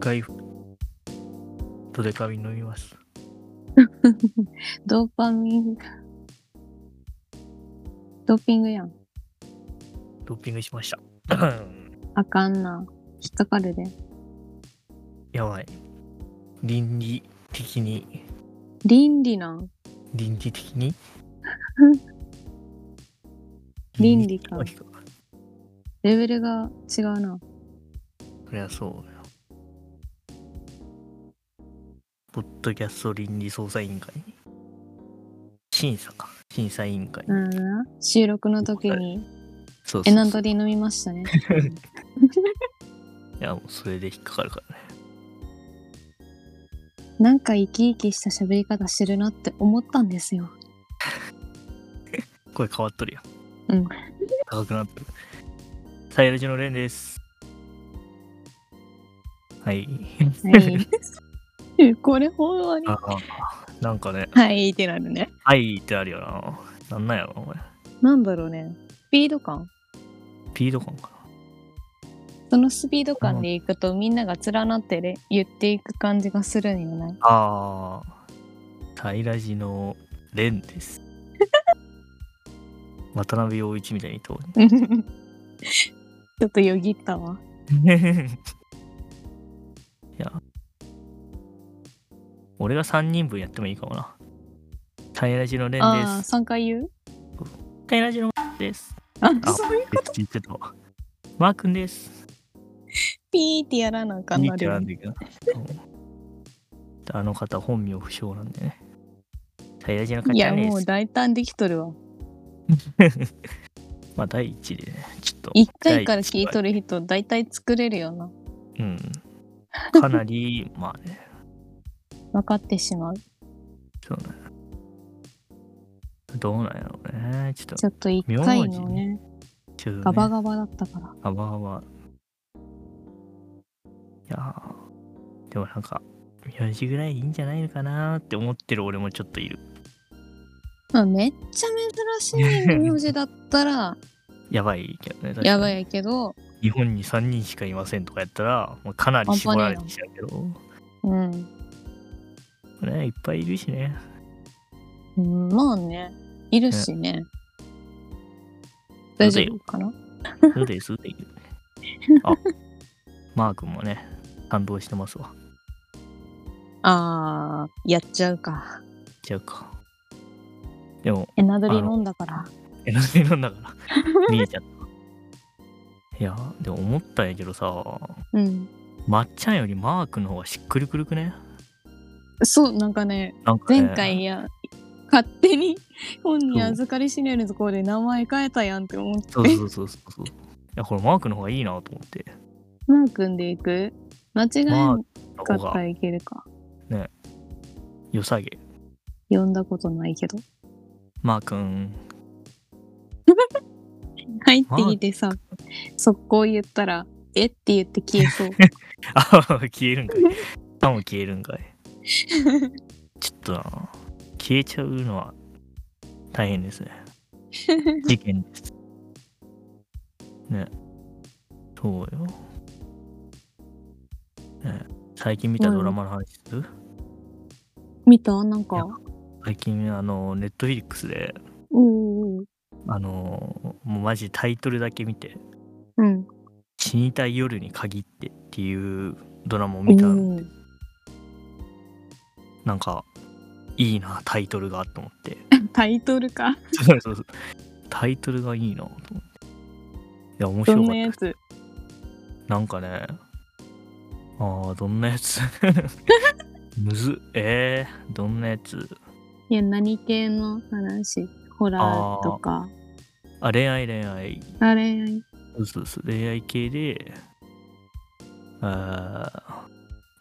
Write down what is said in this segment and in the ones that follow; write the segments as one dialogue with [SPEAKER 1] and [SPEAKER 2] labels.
[SPEAKER 1] 回、ドデカミン飲みます。
[SPEAKER 2] ドーパミン。ドーピングやん。
[SPEAKER 1] ドッピングしました。
[SPEAKER 2] あかんな。引っかかるで。
[SPEAKER 1] やばい。倫理的に、
[SPEAKER 2] 倫理なん。
[SPEAKER 1] 倫理的に
[SPEAKER 2] 倫理か
[SPEAKER 1] 倫的に
[SPEAKER 2] レベルが違うな。
[SPEAKER 1] そりゃそうよ。ポッドキャスト倫理捜査委員会審査か。審査委員会。
[SPEAKER 2] うん。収録の時に
[SPEAKER 1] そうそ
[SPEAKER 2] エ
[SPEAKER 1] う
[SPEAKER 2] ナ
[SPEAKER 1] そう
[SPEAKER 2] ドリ飲みましたね。
[SPEAKER 1] いや、もうそれで引っかかるからね。
[SPEAKER 2] なんか生き生きした喋り方してるなって思ったんですよ。
[SPEAKER 1] 声変わっとるやん。
[SPEAKER 2] うん。
[SPEAKER 1] 高くなってる。サイラジのレンです。 はい。
[SPEAKER 2] はい。 これほんまに。
[SPEAKER 1] ああ、なんかね、
[SPEAKER 2] はいってなるね。
[SPEAKER 1] 愛ってあるよな。なんなんやろな、これ。
[SPEAKER 2] なんだろうね。スピード感
[SPEAKER 1] スピード感か
[SPEAKER 2] そのスピード感でいくとみんなが連なってれ言っていく感じがするんよね。
[SPEAKER 1] な。ああ、サイラジのレン です。渡辺陽一みたいに言っ
[SPEAKER 2] ちょっとよぎったわ。
[SPEAKER 1] た 方がいいいや、俺が3人分やってもいいかもな。サイラジのレンで
[SPEAKER 2] ああ、
[SPEAKER 1] す。
[SPEAKER 2] 3回言う
[SPEAKER 1] カイラジのです。
[SPEAKER 2] あ
[SPEAKER 1] あ
[SPEAKER 2] そういう
[SPEAKER 1] 別に言ってたわ。マー君です。
[SPEAKER 2] ピーってやらなあかんな
[SPEAKER 1] 兄貴
[SPEAKER 2] るよ
[SPEAKER 1] なん
[SPEAKER 2] ね。
[SPEAKER 1] だけど。うんあの方本名不詳なんでね。カイラジの方
[SPEAKER 2] い
[SPEAKER 1] じゃ
[SPEAKER 2] や、
[SPEAKER 1] ねえ
[SPEAKER 2] も
[SPEAKER 1] で
[SPEAKER 2] う
[SPEAKER 1] す。
[SPEAKER 2] 大胆できとるわ。
[SPEAKER 1] まあ第一でね、ちょっと。
[SPEAKER 2] 1回から聞いとる人、大体作れるよな。
[SPEAKER 1] うん。かなり、まあね、
[SPEAKER 2] 分かってしまう。
[SPEAKER 1] そうね。どうなんやろうね。ちょっと、
[SPEAKER 2] ちょっと1回のね、
[SPEAKER 1] ちょっと、ね、
[SPEAKER 2] ガバガバだったから。
[SPEAKER 1] ガバガバ。いやーでもなんか、4時ぐらいでいいんじゃないのかなーって思ってる俺もちょっといる。
[SPEAKER 2] まあ、めっちゃ珍しい名字だった ら
[SPEAKER 1] やばいけどね。確かに
[SPEAKER 2] やばいけど、
[SPEAKER 1] 日本に3人しかいませんとかやったら、もうかなり絞られてきちゃうけど、
[SPEAKER 2] うん。
[SPEAKER 1] ね、いっぱいいるしね。
[SPEAKER 2] うんまあね、いるしね。大丈夫かな
[SPEAKER 1] そうです って言う。あ、マー君もね、感動してますわ。
[SPEAKER 2] ああ、やっちゃうか。
[SPEAKER 1] ちゃうか。でも、
[SPEAKER 2] エナドリ飲んだから。
[SPEAKER 1] えらいなんだ から、見えちゃった。いや、でも思ったんやけどさ、
[SPEAKER 2] うん。
[SPEAKER 1] まっちゃんよりマー君の方がしっくりくるくね
[SPEAKER 2] そう、なんかね、
[SPEAKER 1] なんかね
[SPEAKER 2] 前回や、勝手 に本に預かり知れぬところで名前変えたやんって思って。
[SPEAKER 1] そうそうそうそうそう。いや、これマー君の方がいいなと思って。
[SPEAKER 2] マー君で行く間違い
[SPEAKER 1] マー
[SPEAKER 2] な
[SPEAKER 1] 君の
[SPEAKER 2] かっ
[SPEAKER 1] 方
[SPEAKER 2] た
[SPEAKER 1] が
[SPEAKER 2] らいけるか。
[SPEAKER 1] 良さげ。
[SPEAKER 2] 呼んだことないけど。
[SPEAKER 1] マー君、
[SPEAKER 2] 入ってきてさ、速攻言ったら、えって言って消え そう。
[SPEAKER 1] あ消えるんかい。あも消えるんかい。ちょっとな、消えちゃうのは大変ですね。事件です。ね。そうよ。ね、最近見たドラマの話する
[SPEAKER 2] 見たなん
[SPEAKER 1] いや
[SPEAKER 2] か。
[SPEAKER 1] 最近、あの、ネットフィリックスで、
[SPEAKER 2] うんうん
[SPEAKER 1] あの、もうマジタイトルだけ見て、
[SPEAKER 2] うん。
[SPEAKER 1] 死にたい夜に限ってっていうドラマを
[SPEAKER 2] う
[SPEAKER 1] 見たの
[SPEAKER 2] ん。うん。
[SPEAKER 1] なんか、いいな、タイトルがと思って。
[SPEAKER 2] タイトルか。
[SPEAKER 1] そうそうそう。タイトルがいいなと思って。いや、面
[SPEAKER 2] ど
[SPEAKER 1] 白
[SPEAKER 2] ん
[SPEAKER 1] か
[SPEAKER 2] なや
[SPEAKER 1] っ
[SPEAKER 2] つ。
[SPEAKER 1] た。なんかね、ああ、どんなやつ むずっ、えー、どんなやつ
[SPEAKER 2] いや、何系の話ホラーとか。
[SPEAKER 1] あ、恋愛恋愛。
[SPEAKER 2] あれ、
[SPEAKER 1] そうそうそう、恋愛系で、あ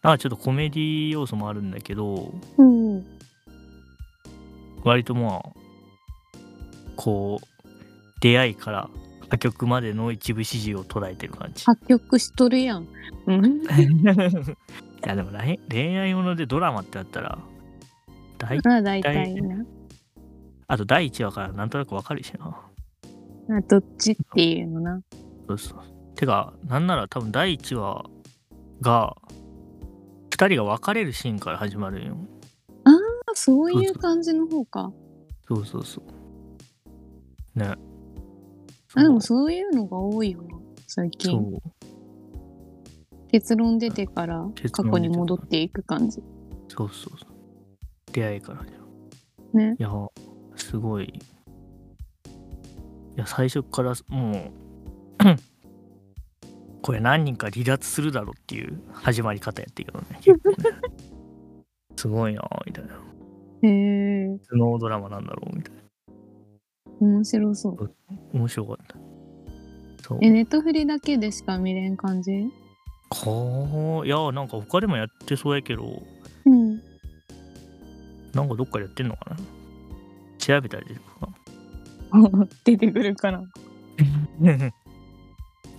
[SPEAKER 1] ーあ、ちょっとコメディ要素もあるんだけど、
[SPEAKER 2] うん。
[SPEAKER 1] 割とまあ、こう、出会いから破局までの一部始終を捉えてる感じ。
[SPEAKER 2] 破局しとるやん。 うん。
[SPEAKER 1] いやでも恋恋愛ものでドラマってなったら大
[SPEAKER 2] まあ大体な。
[SPEAKER 1] あと第1話からなんとなくわかるしな
[SPEAKER 2] まあどっちっていうのな。
[SPEAKER 1] そうそうてかなんなら多分第1話が二人が別れるシーンから始まるんよ
[SPEAKER 2] あそういう感じの方か。
[SPEAKER 1] そうそうそうね
[SPEAKER 2] あでもそういうのが多いよな最
[SPEAKER 1] そ
[SPEAKER 2] 近。
[SPEAKER 1] う
[SPEAKER 2] 結論出てから
[SPEAKER 1] 結
[SPEAKER 2] 過
[SPEAKER 1] 論
[SPEAKER 2] 去に
[SPEAKER 1] 出てから
[SPEAKER 2] 戻っていく感じ。
[SPEAKER 1] そうそうそう出会いからじゃん
[SPEAKER 2] ね
[SPEAKER 1] いやすごいいや最初からもう これ何人か離脱するだろうっていう始まり方やってるけどね結構ね すごいなみたいな
[SPEAKER 2] へえ
[SPEAKER 1] スノードラマなんだろうみたいな
[SPEAKER 2] 面白そう。
[SPEAKER 1] 面白かったそう
[SPEAKER 2] えネットフリだけでしか見れん感じ
[SPEAKER 1] かいやなんか他でもやってそうやけど
[SPEAKER 2] うん。
[SPEAKER 1] なんかどっかでやってんのかな調べたりとか
[SPEAKER 2] 出てくるから。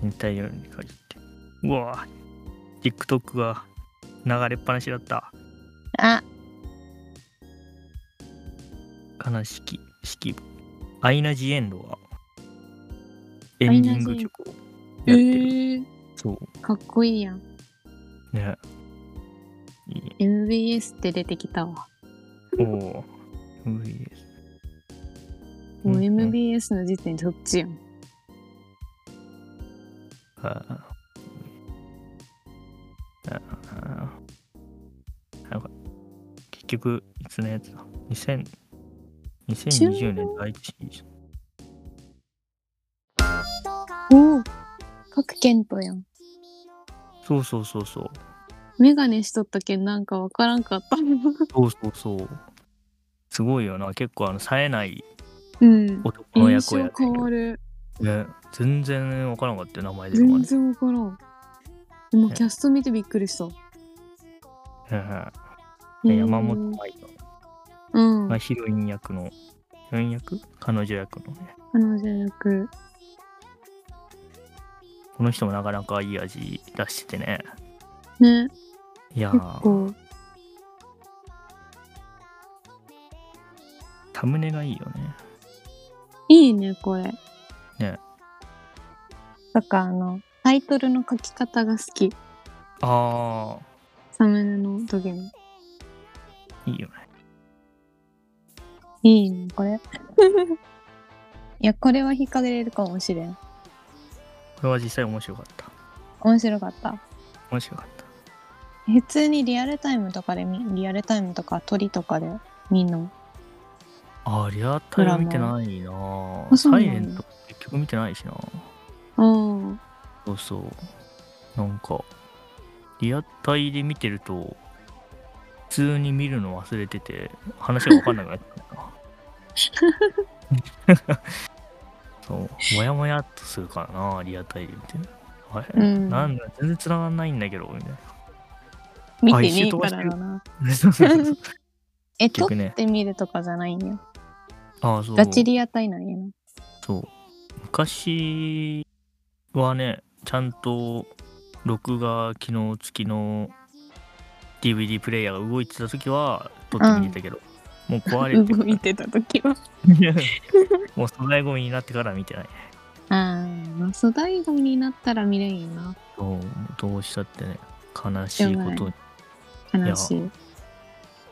[SPEAKER 1] 似たように感じてうわ TikTok が流れっぱなしだった
[SPEAKER 2] あ
[SPEAKER 1] 悲しき式部アイナ・ジ・エンドがエンディング曲を
[SPEAKER 2] え
[SPEAKER 1] やってる、
[SPEAKER 2] ー
[SPEAKER 1] そ
[SPEAKER 2] かっこいいやん。
[SPEAKER 1] うねいいね
[SPEAKER 2] MBS って出てきたわ。
[SPEAKER 1] おお無理です
[SPEAKER 2] も
[SPEAKER 1] う
[SPEAKER 2] うん MBS の時点でそっちやん。
[SPEAKER 1] あーあーなんか結局いつのやつだ2000 2020年第一印象
[SPEAKER 2] おお各県とやん。
[SPEAKER 1] そうそうそうそう
[SPEAKER 2] メガネしとったけんなんかわからんかった。
[SPEAKER 1] そうそうそうすごいよな結構あの冴えない
[SPEAKER 2] うん。
[SPEAKER 1] 男の役
[SPEAKER 2] 印
[SPEAKER 1] をやっ
[SPEAKER 2] 象
[SPEAKER 1] て
[SPEAKER 2] 変
[SPEAKER 1] る
[SPEAKER 2] わる。
[SPEAKER 1] ね、全然わからんかったよ名前出るま
[SPEAKER 2] 全
[SPEAKER 1] で。
[SPEAKER 2] 然わからん。でも
[SPEAKER 1] ね
[SPEAKER 2] キャスト見てびっくりした。
[SPEAKER 1] ね
[SPEAKER 2] うん
[SPEAKER 1] 山本舞香
[SPEAKER 2] うん。
[SPEAKER 1] が
[SPEAKER 2] 彼
[SPEAKER 1] ヒロイン役の、ヒロイン役彼女役のね。
[SPEAKER 2] 女役。
[SPEAKER 1] この人もなかなかいい味出しててね。
[SPEAKER 2] ね。
[SPEAKER 1] いや
[SPEAKER 2] 結
[SPEAKER 1] ー、
[SPEAKER 2] 構。
[SPEAKER 1] サムネがいいよね。
[SPEAKER 2] いいね、これ。
[SPEAKER 1] ね。
[SPEAKER 2] だからあの、タイトルの書き方が好き。
[SPEAKER 1] あ
[SPEAKER 2] サムネの時に。
[SPEAKER 1] ー、いいよね。
[SPEAKER 2] いいね、これ。 いや、これは引っ掛けれるかもしれん。
[SPEAKER 1] これは実際面白かった。
[SPEAKER 2] 面白かった。
[SPEAKER 1] 面白かった。
[SPEAKER 2] 普通にリアルタイムとかで見、リアルタイムとか鳥とかで見んの。
[SPEAKER 1] あー、リアタイム見てないな
[SPEAKER 2] あ
[SPEAKER 1] ー
[SPEAKER 2] そう
[SPEAKER 1] サ
[SPEAKER 2] なん
[SPEAKER 1] イ
[SPEAKER 2] や
[SPEAKER 1] レント結局見てないしな
[SPEAKER 2] うん。
[SPEAKER 1] そうそう。なんか、リアタイで見てると、普通に見るの忘れてて、話が分かんなくなっちゃう な。そう、もやもやっとするからな、リアタイで見てる。あれ、
[SPEAKER 2] うん
[SPEAKER 1] なんだ、全然繋がんないんだけど、みたいな。
[SPEAKER 2] 見てねえからだな。
[SPEAKER 1] そうそうそう
[SPEAKER 2] え、
[SPEAKER 1] 結
[SPEAKER 2] 撮
[SPEAKER 1] 局ね
[SPEAKER 2] ってみるとかじゃないんよ。
[SPEAKER 1] ああ、そう。
[SPEAKER 2] ガチリアタイなんやな。
[SPEAKER 1] そう。昔はね、ちゃんと録画機能付きの DVD プレイヤーが動いてた時は撮ってみてたけど、もう壊れて
[SPEAKER 2] 動いてた時は。
[SPEAKER 1] る もう粗大ゴミになってから見てないね。
[SPEAKER 2] あーまあ、粗大ゴミになったら見れんよな。
[SPEAKER 1] そうどうしたってね、悲しいことに。
[SPEAKER 2] 悲しい。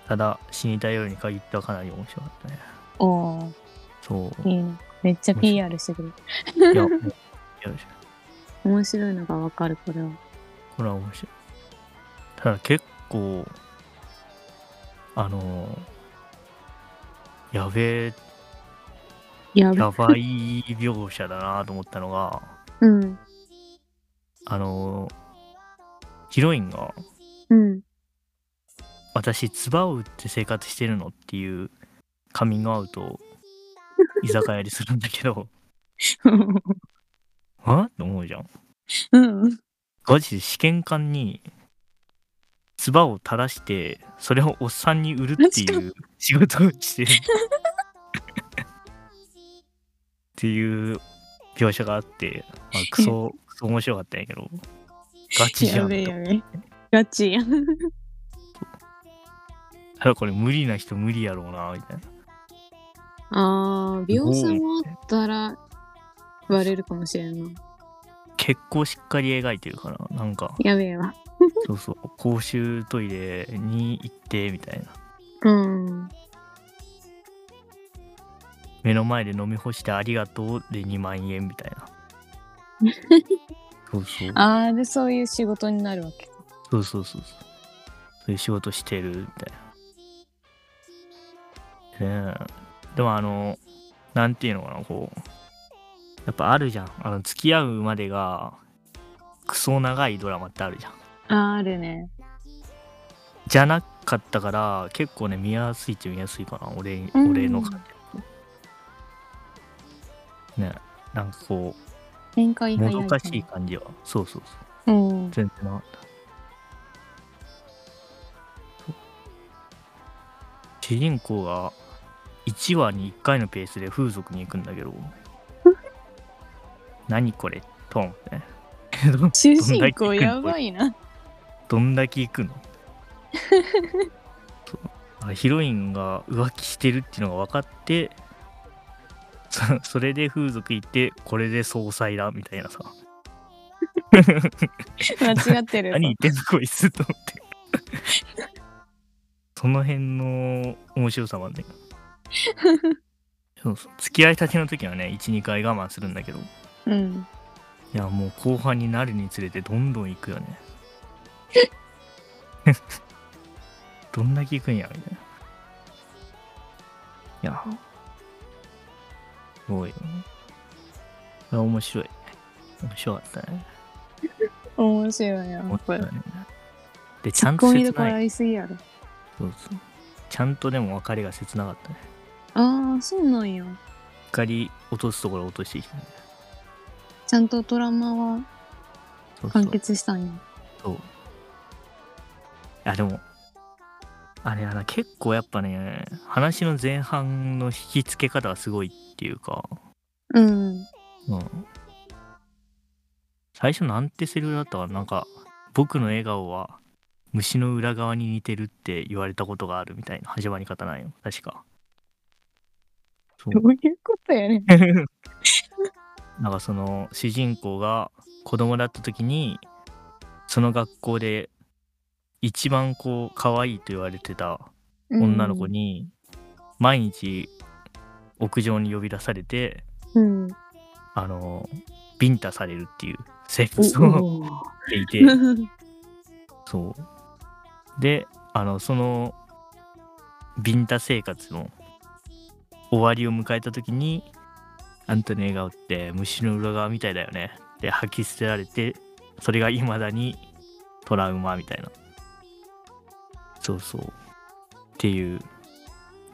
[SPEAKER 1] ただ、死にたいように限ってはかなり面白かったね。
[SPEAKER 2] おお
[SPEAKER 1] そ
[SPEAKER 2] ー、いいね。めっちゃ
[SPEAKER 1] 面白い
[SPEAKER 2] PR してくれる。
[SPEAKER 1] う。いや、もうよいしょ
[SPEAKER 2] 面白いのがわかる、これは。
[SPEAKER 1] これは面白い。ただ結構、あのーやべえ、
[SPEAKER 2] やば
[SPEAKER 1] やばい描写だなと思ったのが、
[SPEAKER 2] うん。
[SPEAKER 1] あのーヒロインが、
[SPEAKER 2] うん。
[SPEAKER 1] 私、唾を打って生活してるのっていうカミングアウトを居酒屋でするんだけど、 あって思うじゃん。
[SPEAKER 2] うん。
[SPEAKER 1] ガチで試験管に唾を垂らしてそれをおっさんに売るっていう仕事を してるっていう描写があって、まあ、クソクソ面白かったんやけどガチじゃ
[SPEAKER 2] や
[SPEAKER 1] んと
[SPEAKER 2] べえやべえ。ガチやん。
[SPEAKER 1] ただこれ無理な人無理やろうなみたいな
[SPEAKER 2] あー、描写もあったら割れるかもしれんな。
[SPEAKER 1] 結構しっかり描いてるからなんか
[SPEAKER 2] やべえわ。
[SPEAKER 1] そうそう、公衆トイレに行ってみたいな。
[SPEAKER 2] うん。
[SPEAKER 1] 目の前で飲み干してありがとうで2万円みたいな。そうそう。
[SPEAKER 2] ああ、で、そういう仕事になるわけ。
[SPEAKER 1] そうそうそうそう。そういう仕事してるみたいな。ねえでもあの、なんていうのかな、こう。やっぱあるじゃん。あの、付き合うまでが、クソ長いドラマってあるじゃん。
[SPEAKER 2] あーあるね。
[SPEAKER 1] じゃなかったから、結構ね、見やすいっちゃ見やすいかな。俺に、
[SPEAKER 2] うん
[SPEAKER 1] 俺の感じ。ねえなんかこ
[SPEAKER 2] 展開
[SPEAKER 1] う、
[SPEAKER 2] が
[SPEAKER 1] も
[SPEAKER 2] 早
[SPEAKER 1] ど
[SPEAKER 2] い
[SPEAKER 1] かしい。感じは。そうそうそう。
[SPEAKER 2] うん。
[SPEAKER 1] 全然なかった。主人公が1話に1回のペースで風俗に行くんだ けど、何これと思って。 ど
[SPEAKER 2] 主人公やばいな。
[SPEAKER 1] どんだけ行く のそうあヒロインが浮気してるっていうのが分かって、そそれで風俗行って、これで総裁だみたいなさ。
[SPEAKER 2] 間違ってる。
[SPEAKER 1] 何言ってんのこいつと思ってその辺の面白さはねそうそう付き合いたての時はね12回我慢するんだけどい
[SPEAKER 2] うん。
[SPEAKER 1] やもう後半になるにつれてどんどん行くよね どんだけ行くんやみたいないやすごいよねいや面白い面白かったね
[SPEAKER 2] 面白いな。
[SPEAKER 1] 面
[SPEAKER 2] こ
[SPEAKER 1] 白い
[SPEAKER 2] れ
[SPEAKER 1] ねでち
[SPEAKER 2] ツ
[SPEAKER 1] ゃ
[SPEAKER 2] ッ
[SPEAKER 1] んと
[SPEAKER 2] コミど
[SPEAKER 1] 切
[SPEAKER 2] こ
[SPEAKER 1] ない
[SPEAKER 2] ろありすぎやろ。
[SPEAKER 1] そうそう。ちゃんとでも別れが切なかったね。
[SPEAKER 2] ああ、そうなんや。
[SPEAKER 1] しっかり落とすところ落としてきたね。
[SPEAKER 2] ちゃんとドラマは
[SPEAKER 1] そうそう
[SPEAKER 2] 完結したんや。
[SPEAKER 1] そう。あ、でも、あれやな、結構やっぱね、話の前半の引き付け方がすごいっていうか、
[SPEAKER 2] うん。
[SPEAKER 1] うん。最初なんてセリフだったかななんか、僕の笑顔は虫の裏側に似てるって言われたことがあるみたいな始まり方なんよ、確か。そう
[SPEAKER 2] どういうことやねん。
[SPEAKER 1] なんかその主人公が子供だった時にその学校で一番こう可愛いと言われてた女の子に毎日屋上に呼び出されて、
[SPEAKER 2] うん。うん。
[SPEAKER 1] あのビンタされるっていう生
[SPEAKER 2] お
[SPEAKER 1] 活を
[SPEAKER 2] おー
[SPEAKER 1] していてそうであのそのビンタ生活の終わりを迎えた時に「あんたの笑顔って虫の裏側みたいだよね」で吐き捨てられてそれが未だにトラウマみたいなそうそうっていう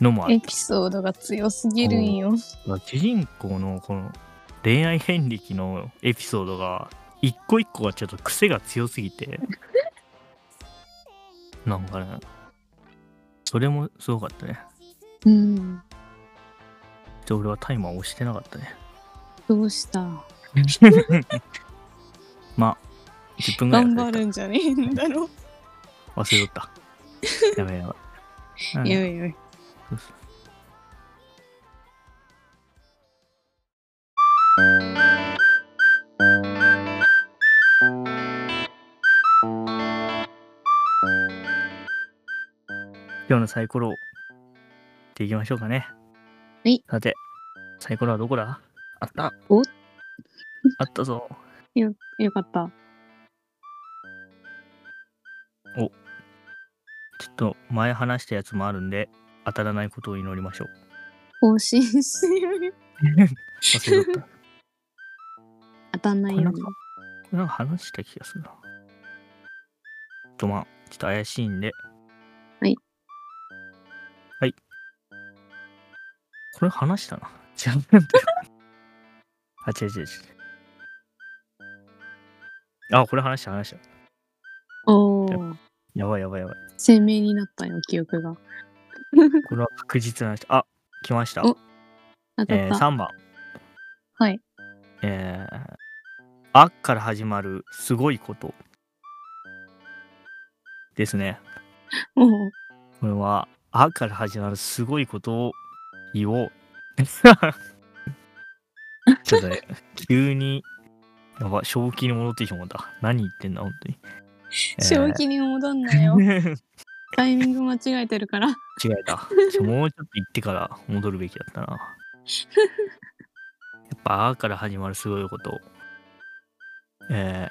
[SPEAKER 1] のもあっ
[SPEAKER 2] エピソードが強すぎるんよ。
[SPEAKER 1] まあ主人公のこの恋愛遍歴のエピソードが一個一個がちょっと癖が強すぎ てなんかねそれもすごかったね
[SPEAKER 2] うん。
[SPEAKER 1] で俺はタイマー押してなかったね
[SPEAKER 2] どうした
[SPEAKER 1] まあ10分ぐらい
[SPEAKER 2] 頑
[SPEAKER 1] 忘
[SPEAKER 2] 張
[SPEAKER 1] れ
[SPEAKER 2] るんじゃねえんだろ。
[SPEAKER 1] た忘れとった やばいやばいうん
[SPEAKER 2] いやいやいや。
[SPEAKER 1] そうそう今日のサイコロを行っていきましょうかね。
[SPEAKER 2] はい。
[SPEAKER 1] さて、サイコロはどこだあった。
[SPEAKER 2] お
[SPEAKER 1] あったぞ。
[SPEAKER 2] よ、よかった。
[SPEAKER 1] ちょっと前話したやつもあるんで、当たらないことを祈りましょう。
[SPEAKER 2] 更新してる。
[SPEAKER 1] 忘れと った。
[SPEAKER 2] 当たんないように
[SPEAKER 1] こ。これなんか話した気がするな。ちょっとまあ、ちょっと怪しいんで。
[SPEAKER 2] はい。
[SPEAKER 1] はい。これ話したな。違う。なんだよあ、違う違う違う。あ、これ話した話した。
[SPEAKER 2] おお。
[SPEAKER 1] やばいやばいやばい。
[SPEAKER 2] 鮮明になったよ、記憶が。
[SPEAKER 1] これは確実な話。あ、来ました。
[SPEAKER 2] お当た
[SPEAKER 1] えー、
[SPEAKER 2] った。
[SPEAKER 1] 3番。
[SPEAKER 2] はい。
[SPEAKER 1] えー、あから始まるすごいこと。ですね。
[SPEAKER 2] おお。
[SPEAKER 1] これは、あから始まるすごいことを言お う。ちょっとね、急に、やば、正気に戻ってしまった。何言ってんだ、本当に。
[SPEAKER 2] 正気に戻んな よ。
[SPEAKER 1] 違
[SPEAKER 2] タイミング間違えてるから。
[SPEAKER 1] えた。ちょもうちょっと行ってから戻るべきだ ったな。やっぱ、あーから始まるすごいこと。えー、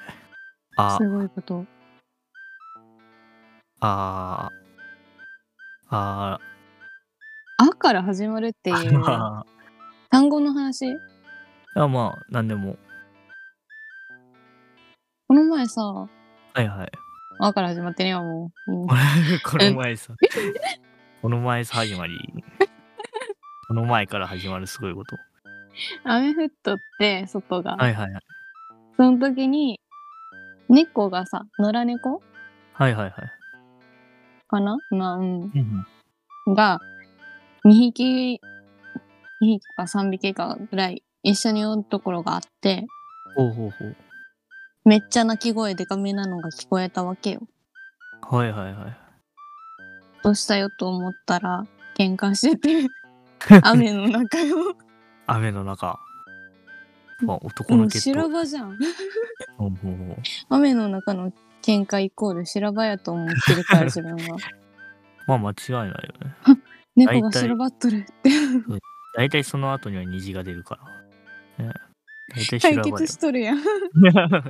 [SPEAKER 1] あ
[SPEAKER 2] す、ごいこと。
[SPEAKER 1] あー、あ
[SPEAKER 2] あから始まるってい
[SPEAKER 1] ー、
[SPEAKER 2] う
[SPEAKER 1] あ
[SPEAKER 2] 単語の話。
[SPEAKER 1] ー、あまあ、なんでも。
[SPEAKER 2] この前さ、
[SPEAKER 1] はいはい。
[SPEAKER 2] あから始まってねえわもう。もう
[SPEAKER 1] この前さ、この前さ始ま り。この前から始まるすごいこと。
[SPEAKER 2] 雨降っとって、外が。
[SPEAKER 1] はいはいはい。
[SPEAKER 2] その時に、猫がさ、野良猫
[SPEAKER 1] はいはいはい。
[SPEAKER 2] かなまあ、うん。
[SPEAKER 1] うん
[SPEAKER 2] が、2匹、2匹か3匹かぐらい一緒におるところがあって、
[SPEAKER 1] ほうほうほう。
[SPEAKER 2] めっちゃ鳴き声でかめなのが聞こえたわけよ。
[SPEAKER 1] はいはいはい。
[SPEAKER 2] どうしたよと思ったら喧嘩し てて雨の中を
[SPEAKER 1] 雨の中。まあ、男
[SPEAKER 2] も
[SPEAKER 1] の
[SPEAKER 2] う
[SPEAKER 1] 血
[SPEAKER 2] 修羅
[SPEAKER 1] 統。
[SPEAKER 2] 場じゃん
[SPEAKER 1] ほうほうほう
[SPEAKER 2] 雨の中の喧嘩イコール修羅場やと思ってるから 自分は
[SPEAKER 1] まあ、間違いないよね。
[SPEAKER 2] 猫が修羅場っとる って
[SPEAKER 1] 大体その後には虹が出るから。ね、大体修
[SPEAKER 2] 解
[SPEAKER 1] 羅場
[SPEAKER 2] 決
[SPEAKER 1] よ
[SPEAKER 2] しとるやん
[SPEAKER 1] まあね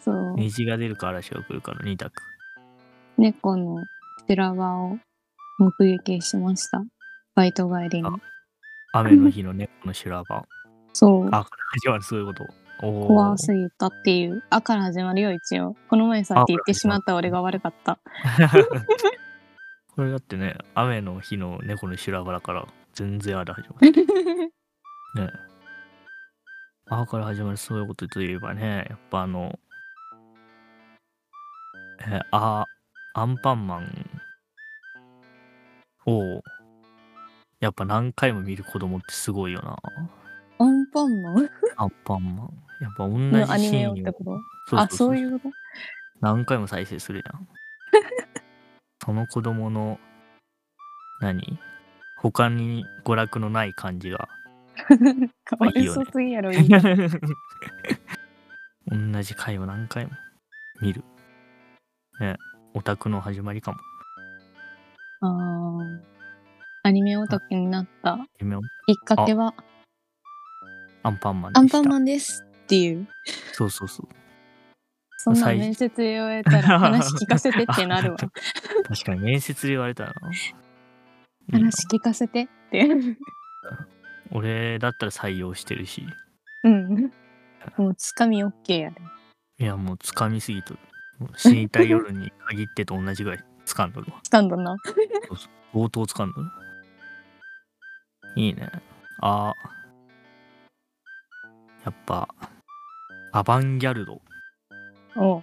[SPEAKER 2] そう
[SPEAKER 1] 虹が出るから嵐が来るから2択。
[SPEAKER 2] 猫の修羅場を目撃しましたバイト帰りに
[SPEAKER 1] あ雨の日の猫の修羅 場。
[SPEAKER 2] そう
[SPEAKER 1] あ、始まるすごいこと。おー
[SPEAKER 2] 怖すぎたっていう「あ」から始まるよ一応この前さ
[SPEAKER 1] あ
[SPEAKER 2] って言ってしまった俺が悪かった
[SPEAKER 1] これだってね、雨の日の猫の修羅場だから、全然ある始ま る。ね。あから始まるそういうことといえばね、やっぱあの、えーあ、アンパンマンを、やっぱ何回も見る子供ってすごいよな。
[SPEAKER 2] アンパンマン
[SPEAKER 1] アンパンマン。やっぱ同
[SPEAKER 2] のア
[SPEAKER 1] じ
[SPEAKER 2] ニ
[SPEAKER 1] シ
[SPEAKER 2] メ
[SPEAKER 1] ー
[SPEAKER 2] をって
[SPEAKER 1] ン
[SPEAKER 2] こと
[SPEAKER 1] を
[SPEAKER 2] あそういうこと
[SPEAKER 1] 何回も再生する やん。その子供の、何他に娯楽のない感じが。
[SPEAKER 2] かわいそうす ぎやろ、いいな
[SPEAKER 1] 同じ回を何回も見る。ね、オタクの始まりかも。
[SPEAKER 2] あーアニメオタクになった
[SPEAKER 1] 夢を
[SPEAKER 2] きっかけは、
[SPEAKER 1] アンパンマン
[SPEAKER 2] アン
[SPEAKER 1] でした。
[SPEAKER 2] パンマ
[SPEAKER 1] ン。
[SPEAKER 2] ンですっていう。
[SPEAKER 1] そうそうそう。
[SPEAKER 2] そんな
[SPEAKER 1] 最
[SPEAKER 2] 面接で言われ たら話聞かせてってなるわ。
[SPEAKER 1] 確かに面接で言われた らな。いいな
[SPEAKER 2] 話聞かせてって。
[SPEAKER 1] 俺だったら採用してるし。
[SPEAKER 2] うん。もうつかみ OK やで。
[SPEAKER 1] いや、もう掴みすぎとる。もう死にたい夜に限ってと同じぐらい掴んどるわ。
[SPEAKER 2] つかんだな。
[SPEAKER 1] 冒頭掴んどる。いいね。あーやっぱ、アバンギャルドっ
[SPEAKER 2] おう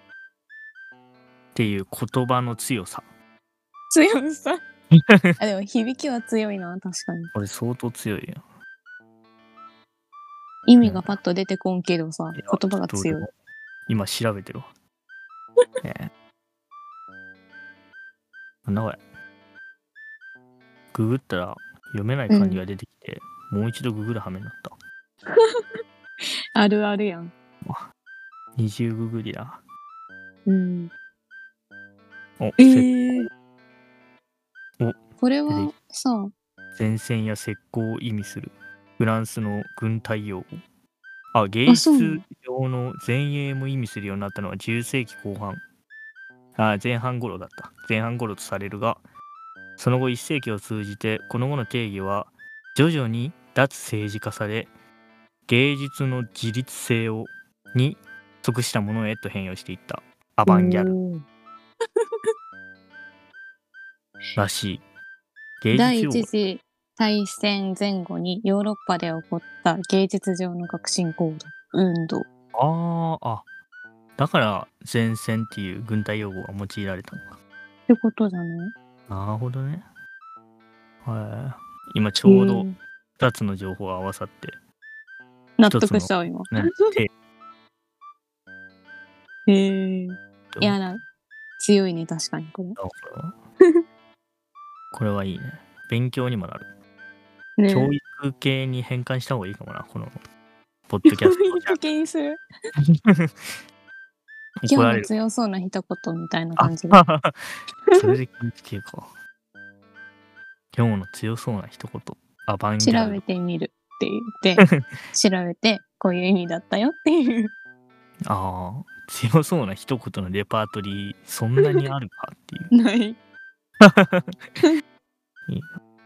[SPEAKER 1] ていう言葉の強さ。
[SPEAKER 2] 強さ。 あ、でも響きは強いな、確かに。
[SPEAKER 1] これ相当強いよ。
[SPEAKER 2] 意味がパッと出てこんけどさ、
[SPEAKER 1] いや
[SPEAKER 2] 言葉が
[SPEAKER 1] ちょっと俺
[SPEAKER 2] 強い
[SPEAKER 1] も。今調べて るわ。ねえなんだこれ。ググったら読めない漢字が出てきて、もう一度ググる羽目になった。
[SPEAKER 2] あるあるやん。
[SPEAKER 1] 二重ググりだ。
[SPEAKER 2] うん。
[SPEAKER 1] お、
[SPEAKER 2] え
[SPEAKER 1] せ
[SPEAKER 2] ー
[SPEAKER 1] お。
[SPEAKER 2] これはさ、
[SPEAKER 1] 前線や石膏を意味するフランスの軍隊用語。あ、芸術
[SPEAKER 2] そうなの
[SPEAKER 1] 用の前衛も意味するようになったのは10世紀後半。あ、前半頃だった。前半頃とされるが、その後1世紀を通じて、この後の定義は徐々に脱政治化され、芸術の自立性をに即したものへと変容していったアバンギャル
[SPEAKER 2] ル。
[SPEAKER 1] らしい。芸術
[SPEAKER 2] 第
[SPEAKER 1] 用語
[SPEAKER 2] 一次大戦前後にヨーロッパで起こった芸術上の革新行動運動
[SPEAKER 1] ああ、あ、だから前線っていう軍隊用語が用いられたのか。
[SPEAKER 2] ってことじゃない
[SPEAKER 1] なるほどね。はい。今ちょうど
[SPEAKER 2] ん
[SPEAKER 1] 2つの情報が合わさって、
[SPEAKER 2] 納得したわ今。
[SPEAKER 1] ね、 手
[SPEAKER 2] へえ。い
[SPEAKER 1] と
[SPEAKER 2] やな強いね確かにこ
[SPEAKER 1] これは。 これはいいね。勉強にもなる。
[SPEAKER 2] れ。ね
[SPEAKER 1] 教育系に変換した方 がいいかもな、このポッドキャス
[SPEAKER 2] 教育系にする。
[SPEAKER 1] ト。怒
[SPEAKER 2] 今
[SPEAKER 1] られ
[SPEAKER 2] 日の
[SPEAKER 1] る。
[SPEAKER 2] 強そうな一言みたいな
[SPEAKER 1] あ
[SPEAKER 2] 感じで。
[SPEAKER 1] それで禁止系か。今日の強そうな一言。あ、バンギ
[SPEAKER 2] 調
[SPEAKER 1] ャ
[SPEAKER 2] べ
[SPEAKER 1] ル。
[SPEAKER 2] てみるって言って調べてこういう意味だったよっていう
[SPEAKER 1] ああ、強そうな一言のレパートリー、そんなにあるかって いう。
[SPEAKER 2] ない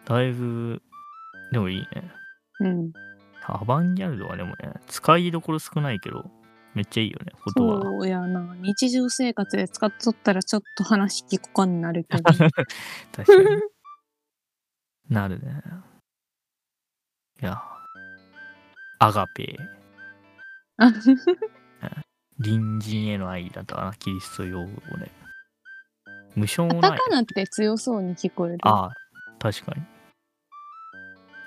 [SPEAKER 1] だいぶ、でもいいね。
[SPEAKER 2] うん
[SPEAKER 1] アバンギャルドはでもね、使いどころ少ないけど、めっちゃいいよね、言葉が。
[SPEAKER 2] そうやな日常生活で使っとったらちょっと話聞こかになる けど
[SPEAKER 1] 確 かに。なるね。いや、アガペ、
[SPEAKER 2] あ
[SPEAKER 1] 隣人への愛だったかな、キリスト用語で。無償
[SPEAKER 2] カ
[SPEAKER 1] の
[SPEAKER 2] タ
[SPEAKER 1] 愛。
[SPEAKER 2] カナって強そうに聞こえる
[SPEAKER 1] ああ、確かに。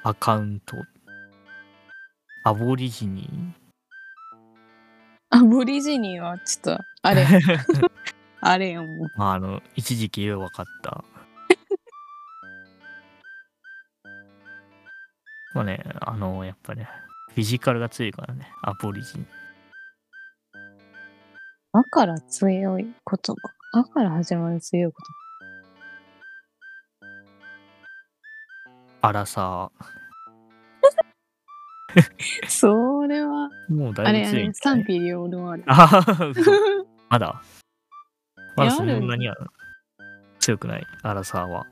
[SPEAKER 1] アカウント。アボリジニ
[SPEAKER 2] アボリジニはちょっとあれあれやもん
[SPEAKER 1] ー。 まあ、あの、一時期よくわかった。 まあね、あの、やっぱね、フィジカルが強いからね、アボリジニ。
[SPEAKER 2] だから強い言葉だから始まる強い言
[SPEAKER 1] アラサ
[SPEAKER 2] 葉それは
[SPEAKER 1] ー。もうだ
[SPEAKER 2] あ
[SPEAKER 1] い
[SPEAKER 2] れ
[SPEAKER 1] ぶ
[SPEAKER 2] や
[SPEAKER 1] 強いんじゃ
[SPEAKER 2] ね
[SPEAKER 1] ない
[SPEAKER 2] 賛否両論ある
[SPEAKER 1] あはは嘘 まだまだそんなには強くない、アラサーは。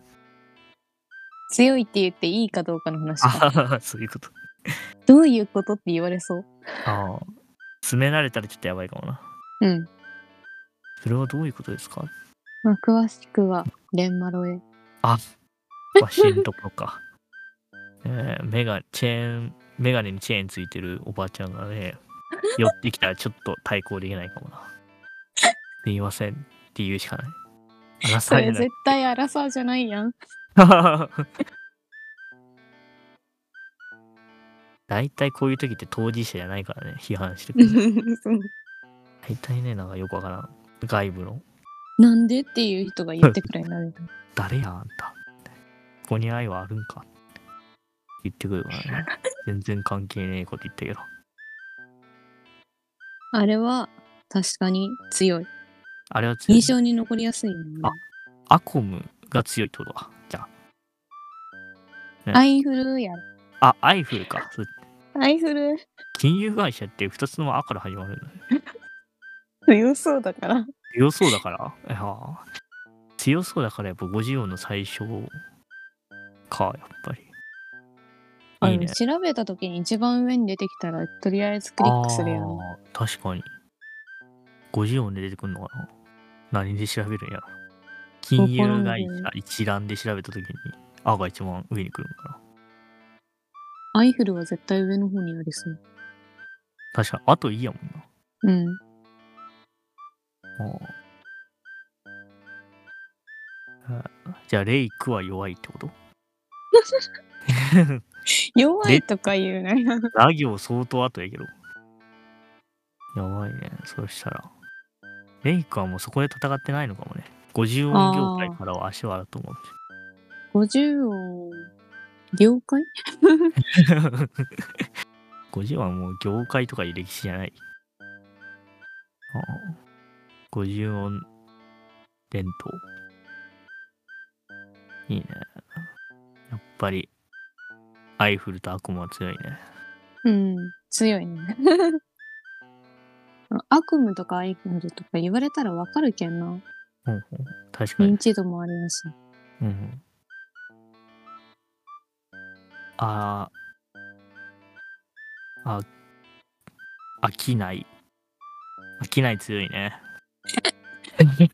[SPEAKER 2] 強いって言っていいかどうかの話
[SPEAKER 1] あ
[SPEAKER 2] か
[SPEAKER 1] はは そういうこと。
[SPEAKER 2] どういうことって言われそう
[SPEAKER 1] ああ。詰められたらちょっとやばいかもな。
[SPEAKER 2] うん、
[SPEAKER 1] それはどういうことですか
[SPEAKER 2] まあ、詳しくはレンマロへ
[SPEAKER 1] あ、わしんところか。 えー、メガ、チェーン、メガネにチェーンついてるおばあちゃんがね、寄ってきたらちょっと対抗できないかもな。すいませんって言うしかない。アラ
[SPEAKER 2] そ
[SPEAKER 1] サーじ
[SPEAKER 2] れ
[SPEAKER 1] ゃない
[SPEAKER 2] 絶。対アラサーじゃないやん
[SPEAKER 1] 大体こういう時って当事者じゃないからね、批判してくる。大体ね、なんかよくわからん。外部の、
[SPEAKER 2] なんでっていう人が言ってくれなる
[SPEAKER 1] 誰やあんた。ここに愛はあるんか。言ってくるからね。全然関係ねえこと言ったけど。
[SPEAKER 2] あれは確かに強い
[SPEAKER 1] あれは強い
[SPEAKER 2] 印。象に残りやすいよね
[SPEAKER 1] あアコムが強いってことか。じゃ
[SPEAKER 2] アイフルやろ
[SPEAKER 1] あ。あ、アイフルか。そう
[SPEAKER 2] アイフル
[SPEAKER 1] 金融会社って2つともアから始まるんだね。
[SPEAKER 2] 強そうだから
[SPEAKER 1] 強そうだからいやー強そうだからやっぱ50音の最初かやっぱ
[SPEAKER 2] あ
[SPEAKER 1] りいい
[SPEAKER 2] の
[SPEAKER 1] ね
[SPEAKER 2] 調べた時に一番上に出てきたらとりあえずクリックするや
[SPEAKER 1] あ
[SPEAKER 2] ん
[SPEAKER 1] ー確かに50音で出てくるのかな何で調べるんやろ金融会社一覧で調べた時に「あ」が一番上に来るのかな
[SPEAKER 2] アイフルは絶対上の方にありそう
[SPEAKER 1] 確かにあといいやもんな
[SPEAKER 2] うん
[SPEAKER 1] あーあーじゃあレイクは弱いってこと
[SPEAKER 2] 弱いとか言うな よ
[SPEAKER 1] ラ行相当後やけど。やばいね。そうしたら。レイクはもうそこで戦ってないのかもね。50音業界からは足はあると思う
[SPEAKER 2] 50音了解
[SPEAKER 1] し。50は もう業界とかいう歴史じゃない。ああ50音伝統。いいね。やっぱり、アイフルとアコムは強いね。
[SPEAKER 2] うん、強い ね。悪夢とかアイフルとか言われたらわかるけんな。
[SPEAKER 1] ほんほん確かに
[SPEAKER 2] 認。知度もありやし。
[SPEAKER 1] うん。あーあ、飽きない。飽きない強いね。飽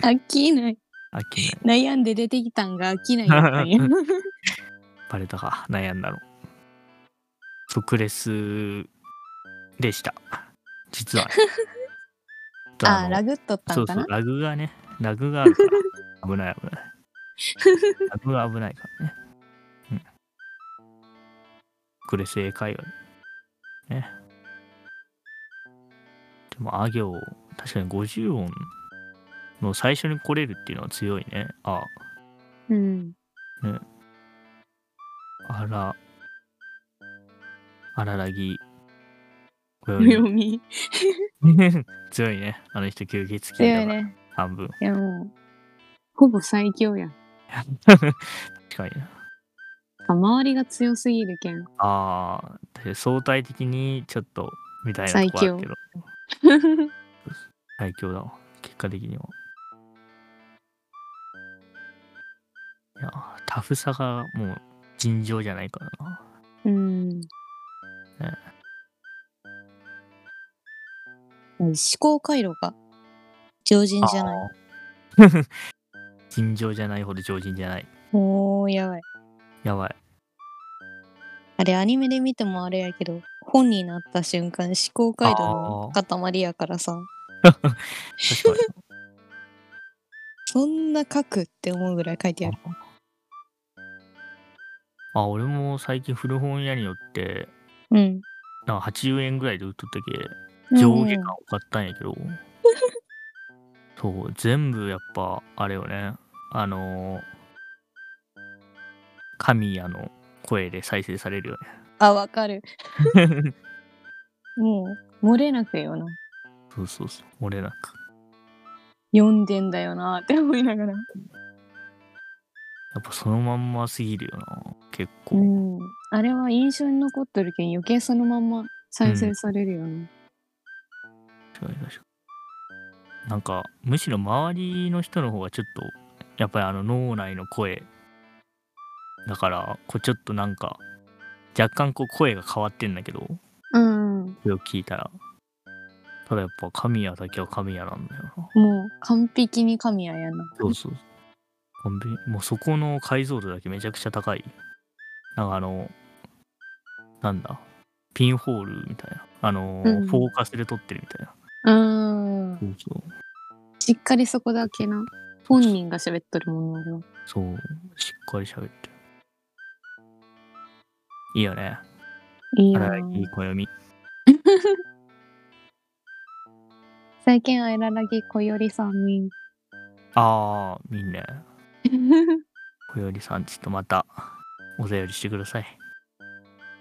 [SPEAKER 2] 飽きない。
[SPEAKER 1] きない。
[SPEAKER 2] 悩んで出てきたんが飽きないやったんや。
[SPEAKER 1] バレたか。悩んだの。即レスでした。実は。
[SPEAKER 2] あー、
[SPEAKER 1] の
[SPEAKER 2] ラグっとった
[SPEAKER 1] そ
[SPEAKER 2] ん
[SPEAKER 1] う
[SPEAKER 2] か
[SPEAKER 1] そう
[SPEAKER 2] な。、
[SPEAKER 1] ラグがね、ラグがあるから、 危ない危ない。ラグが危ないからね。うん。クレス英会話で。ね。でも、あ行、確かに50音の最初に来れるっていうのは強いね。あ、
[SPEAKER 2] うん。
[SPEAKER 1] あら、あららぎ、強い
[SPEAKER 2] 読み。
[SPEAKER 1] 強いね。あの人吸血鬼
[SPEAKER 2] 強
[SPEAKER 1] だ
[SPEAKER 2] い
[SPEAKER 1] から、
[SPEAKER 2] ね。
[SPEAKER 1] 半分。
[SPEAKER 2] いやもう、ほぼ最強やん。
[SPEAKER 1] 近いな。
[SPEAKER 2] 周りが強すぎるけん。
[SPEAKER 1] ああ、確かに相対的にちょっとみたいなとこあるけど。 最強だわ。結果的には。いや、タフさがもう尋常じゃないからな。
[SPEAKER 2] うん。思考回路が常人じゃない。
[SPEAKER 1] あー 尋常じゃないほど常人じゃない。
[SPEAKER 2] おー、やばい。
[SPEAKER 1] やばい。
[SPEAKER 2] あれ、アニメで見てもあれやけど、本になった瞬間、思考回路の塊やからさ、
[SPEAKER 1] 確か
[SPEAKER 2] そんな書くって思うぐらい書いてあ
[SPEAKER 1] に
[SPEAKER 2] る。。
[SPEAKER 1] あ、俺も最近古本屋によって、
[SPEAKER 2] うん。
[SPEAKER 1] なんか80円ぐらいで売っとったけ、上下感を買ったんやけど、 そう、全部やっぱ、あれよね、あのー、神谷の声で再生されるよ
[SPEAKER 2] あ、わかる。
[SPEAKER 1] ね。
[SPEAKER 2] もう、漏れなくよな。
[SPEAKER 1] そうそうそう、漏れなく。
[SPEAKER 2] 読んでんだよなって思いながら。
[SPEAKER 1] やっぱそのまんますぎるよな、結構。
[SPEAKER 2] うん。あれは印象に残ってるけん、余計そのまんま再生されるよね。
[SPEAKER 1] 確かに確かになんかむしろ周りの人の方がちょっとやっぱりあの脳内の声だからこうちょっとなんか若干こう声が変わってんだけど
[SPEAKER 2] うん。
[SPEAKER 1] それを聞いたらただやっぱ神谷だけは神谷なんだよな
[SPEAKER 2] もう、完璧に神谷やな。
[SPEAKER 1] そうそうコンビニもうそこの解像度だけめちゃくちゃ高いなんかあのなんだピンホールみたいなあの、
[SPEAKER 2] うん
[SPEAKER 1] フォーカスで撮ってるみたいな
[SPEAKER 2] うん。
[SPEAKER 1] そうそう
[SPEAKER 2] しっかりそこだけな。本人が喋っとるものあれは。
[SPEAKER 1] そう、しっかり喋ってる。いいよね。
[SPEAKER 2] いい
[SPEAKER 1] あ
[SPEAKER 2] よな
[SPEAKER 1] ら、いい暦。
[SPEAKER 2] 最近、あいららぎこよりさん に。
[SPEAKER 1] ああ、みんな、こよりさん、ちょっとまた、お便りしてください。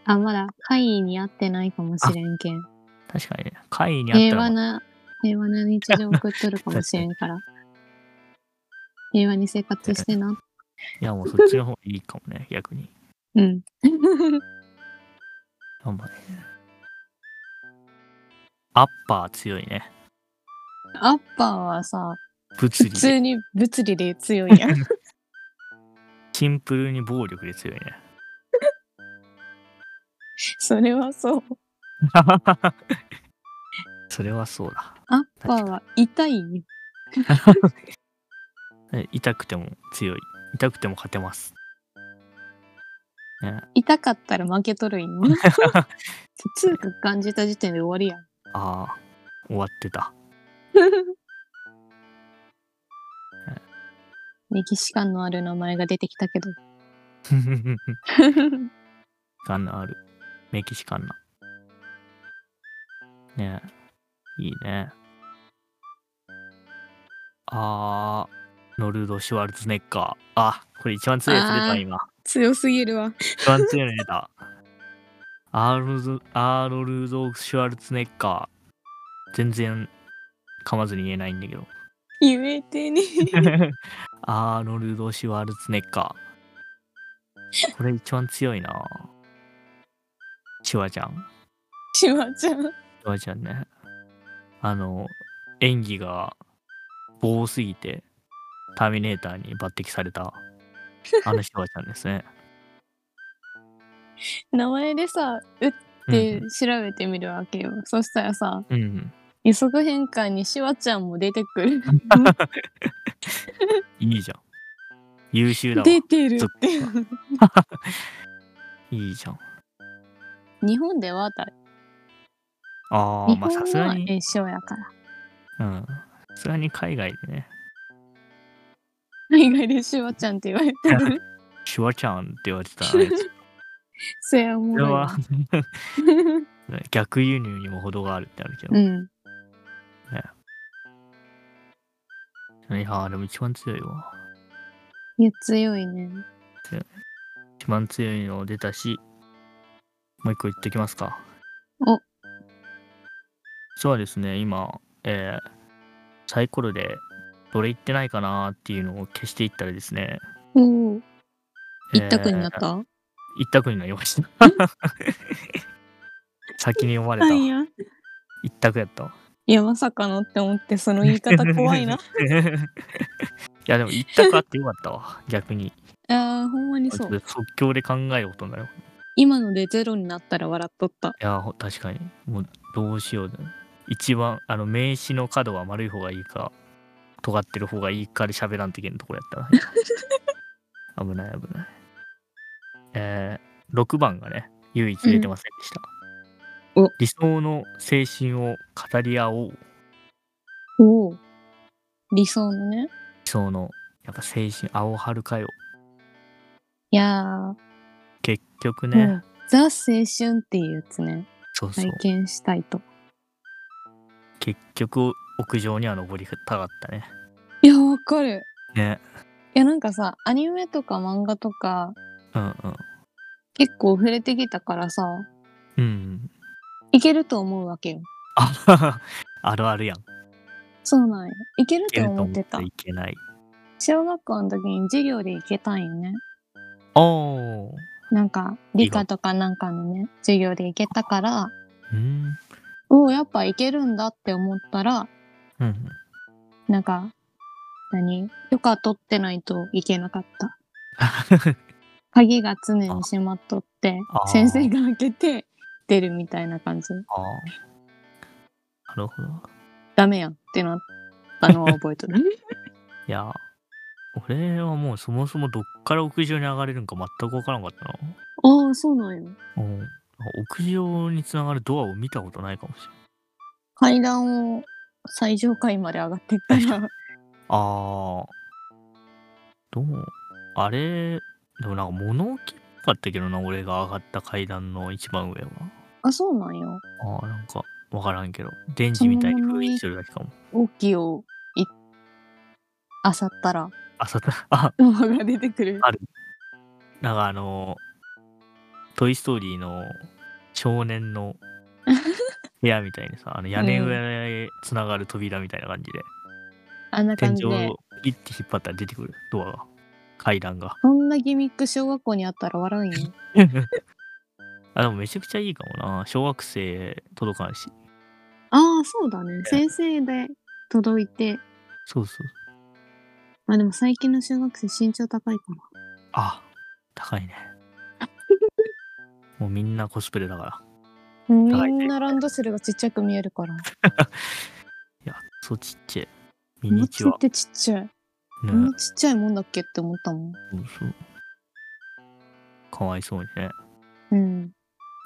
[SPEAKER 2] あ、まだ会に合ってないかもしれんけん。
[SPEAKER 1] 確かにね、会にあった
[SPEAKER 2] 平
[SPEAKER 1] ら
[SPEAKER 2] 和
[SPEAKER 1] も、
[SPEAKER 2] な、平和な日常送っとるかもしれん から。平和に生活してな。
[SPEAKER 1] いや、もうそっちの方がいいかも ね、逆に。
[SPEAKER 2] うん。
[SPEAKER 1] あんまね。アッパー強いね。
[SPEAKER 2] アッパーはさ、
[SPEAKER 1] 物
[SPEAKER 2] 普
[SPEAKER 1] 理で
[SPEAKER 2] 通。に物理で強いやん。
[SPEAKER 1] シンプルに暴力で強 いね。
[SPEAKER 2] それはそう。
[SPEAKER 1] それはそうだ。
[SPEAKER 2] アッパーは痛いよ。
[SPEAKER 1] え痛くても強い。痛くても勝てます。ね、
[SPEAKER 2] 痛かったら負けとるんよ。痛く感じた時点で終わ りやん。
[SPEAKER 1] ああ、終わってた。
[SPEAKER 2] 歴史感のある名前が出てきた けど。
[SPEAKER 1] 感のある。メキシカンな。ねえ。いいね。あー、ノルド・シュワルツェネッカー。あ、これ一番強いやつ出
[SPEAKER 2] あ
[SPEAKER 1] た、
[SPEAKER 2] ー
[SPEAKER 1] 今。
[SPEAKER 2] 強すぎるわ。
[SPEAKER 1] 一番強いの出た。アールド、アーノルド・シュワルツェネッカー。全然噛まずに言えないんだけど。
[SPEAKER 2] 言えてね。
[SPEAKER 1] アーノルド・シュワルツェネッカー。これ一番強いな。シュワちゃん。
[SPEAKER 2] しまちゃん。
[SPEAKER 1] シュワちゃんね。あの、演技が棒すぎて、ターミネーターに抜擢された、あのシュワちゃんですね。
[SPEAKER 2] 名前でさ、打っ
[SPEAKER 1] うん
[SPEAKER 2] て調べてみるわけよ。そしたらさ、
[SPEAKER 1] うん。
[SPEAKER 2] 予測変換にシワちゃんも出てくる。
[SPEAKER 1] いいじゃん。優秀だわ。
[SPEAKER 2] 出てるって。
[SPEAKER 1] いいじゃん。
[SPEAKER 2] 日本ではだ。
[SPEAKER 1] ああ、
[SPEAKER 2] 日
[SPEAKER 1] まあ
[SPEAKER 2] 本
[SPEAKER 1] さすが
[SPEAKER 2] は
[SPEAKER 1] に、
[SPEAKER 2] 一緒やから。
[SPEAKER 1] うん。さすがに海外でね、
[SPEAKER 2] 海外でシワちゃんって言われてる。
[SPEAKER 1] シュワちゃんって言われてたらね、
[SPEAKER 2] そやも
[SPEAKER 1] こ
[SPEAKER 2] う。
[SPEAKER 1] れは 逆輸入にも程があるってあるけど。
[SPEAKER 2] うん。
[SPEAKER 1] いやーでも一番強いわ。
[SPEAKER 2] いや、強いね。
[SPEAKER 1] 一番強いの出たし、もう一個言ってきますか。そうですね、今、えーサイコロでどれ行ってないかなっていうのを消していったらですね、
[SPEAKER 2] おお。
[SPEAKER 1] え
[SPEAKER 2] 一択になっ
[SPEAKER 1] ー
[SPEAKER 2] た。
[SPEAKER 1] 一択になりま した。先に読まれた。
[SPEAKER 2] や。
[SPEAKER 1] 一択やったわ。
[SPEAKER 2] いや、まさかのって思って、その言い方怖い な。
[SPEAKER 1] いや、でも一択あってよかったわ、逆に。
[SPEAKER 2] ああ、ほんまにそう。
[SPEAKER 1] 即興で考えることになる。い
[SPEAKER 2] 今のでゼロになったら笑っとった。
[SPEAKER 1] や、ほ確かに。もう、どうしようだ、一番、あの、名刺の角は丸い方がいいか、尖ってる方がいいかで喋らんといけんところやった な。危ない、危ない。えー、6番がね、唯一出てませんでした。
[SPEAKER 2] うんお
[SPEAKER 1] 理想の精神を語り合おう。
[SPEAKER 2] おお。理想のね。
[SPEAKER 1] 理想の、やっぱ精神、青春かよ。
[SPEAKER 2] いやー、
[SPEAKER 1] 結局ね、
[SPEAKER 2] もうザ青春っていうやつね。
[SPEAKER 1] そうそう
[SPEAKER 2] 体。験したいと。
[SPEAKER 1] 結局屋上には登りたかったね。
[SPEAKER 2] いや、わかる。
[SPEAKER 1] ね。
[SPEAKER 2] いや、なんかさ、アニメとか漫画とか、
[SPEAKER 1] うんうん。
[SPEAKER 2] 結構触れてきたからさ、
[SPEAKER 1] うんうん。
[SPEAKER 2] いけると思うわけよ。
[SPEAKER 1] ああるあるやん。い
[SPEAKER 2] そうなんよ。いける
[SPEAKER 1] け
[SPEAKER 2] と
[SPEAKER 1] ると
[SPEAKER 2] 思
[SPEAKER 1] 思
[SPEAKER 2] っ
[SPEAKER 1] って
[SPEAKER 2] てた
[SPEAKER 1] た。いけない。
[SPEAKER 2] 小学校の時に授業で行けたんよね。
[SPEAKER 1] おお。
[SPEAKER 2] なんか、理科とかなんかのね、授業で行けたから、
[SPEAKER 1] うん。
[SPEAKER 2] おお、やっぱ行けるんだって思ったら、
[SPEAKER 1] うんうん。
[SPEAKER 2] なんか、何許可取ってないといけなか った。鍵が常に閉まっとって
[SPEAKER 1] あ、あー
[SPEAKER 2] 先生が開けて出るみたいな感じ。
[SPEAKER 1] ああ。なるほど。
[SPEAKER 2] ダメやんってなったのは覚え とる。
[SPEAKER 1] いや、俺はもうそもそもどっから屋上に上がれるんか全く分からんかったな。
[SPEAKER 2] ああ、そうなんよ。
[SPEAKER 1] うん。なんか屋上につながるドアを見たことないかもしれない。
[SPEAKER 2] 階段を最上階まで上がってったら、
[SPEAKER 1] ああ。どうあれ、でもなんか物置っぽかったけどな、俺が上がった階段の一番上は。
[SPEAKER 2] あ、そうなんよ。
[SPEAKER 1] ああ、なんか、わからんけど。電池みたいに封印してるだけかも。
[SPEAKER 2] 大きいをい、あさったら、
[SPEAKER 1] あ、さた、 あ、
[SPEAKER 2] 動画が出てくる。
[SPEAKER 1] なんかあのートイ・ストーリーの少年の 部屋みたいにさ、あの屋根上へつながる扉みたいな感じで、
[SPEAKER 2] あんな感
[SPEAKER 1] 天
[SPEAKER 2] じ
[SPEAKER 1] 井
[SPEAKER 2] で
[SPEAKER 1] を。ピッて引っ張ったら出てくる、ドアが。階段が。
[SPEAKER 2] こんなギミック小学校にあったら笑うんよ。
[SPEAKER 1] あ、でもめちゃくちゃいいかもな。小学生届かんし。
[SPEAKER 2] ああ、そうだね。先生で届いて。
[SPEAKER 1] そうそう。
[SPEAKER 2] まあでも最近の小学生身長高いか
[SPEAKER 1] あ、高 いね。もうみんなコスプレだから。
[SPEAKER 2] ら。
[SPEAKER 1] 高い
[SPEAKER 2] み
[SPEAKER 1] ね
[SPEAKER 2] んなランドセルがちっちゃく見えるから。
[SPEAKER 1] いや、そうちっちゃい。ミ
[SPEAKER 2] こ
[SPEAKER 1] ニ
[SPEAKER 2] っち
[SPEAKER 1] チ
[SPEAKER 2] っ
[SPEAKER 1] ュア。
[SPEAKER 2] てちっちゃい。こん
[SPEAKER 1] ね
[SPEAKER 2] な、ちっちゃいもんだっけって思ったもん。
[SPEAKER 1] そうそう。かわいそうにね。
[SPEAKER 2] うん。